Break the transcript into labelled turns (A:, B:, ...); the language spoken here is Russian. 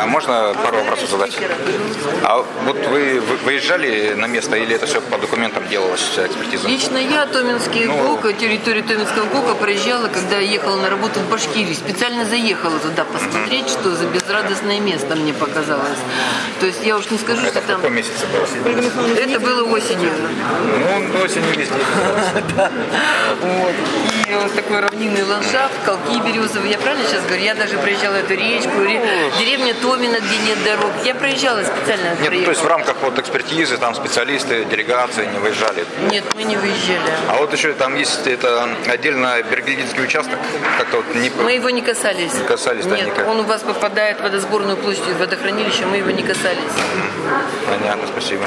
A: А можно пару вопросов задать? А вот вы вы- выезжали на место или это все по документам делалось э, экспертиза?
B: Лично я Томинский
A: Ну.
B: ГОК, территорию Томинского ГОКа проезжала, когда ехала на работу в Башкирии. Специально заехала туда посмотреть, что за безрадостное место мне показалось. То есть я уж не скажу,
A: Это
B: что
A: в
B: там...
A: каком месяце было?
B: Это было осенью.
A: Ну, осенью везде.
B: Вот. И вот такой равнинный ландшафт, колки березовые. Я правильно сейчас говорю? Я даже проезжала эту речку,
A: Ну,
B: ре- деревня Томина, где нет дорог. Я проезжала специально.
A: Нет, ну, то есть в
B: проехала.
A: рамках вот экспертизы там специалисты, делегации не выезжали.
B: Нет, мы не выезжали.
A: А вот еще там есть это отдельно Бергельдинский участок, как-то вот не...
B: Мы его не касались. Не
A: касались, да,
B: Нет,
A: никак.
B: он у вас попадает в водосборную площадь, в водохранилище, мы его не касались.
A: Понятно, спасибо.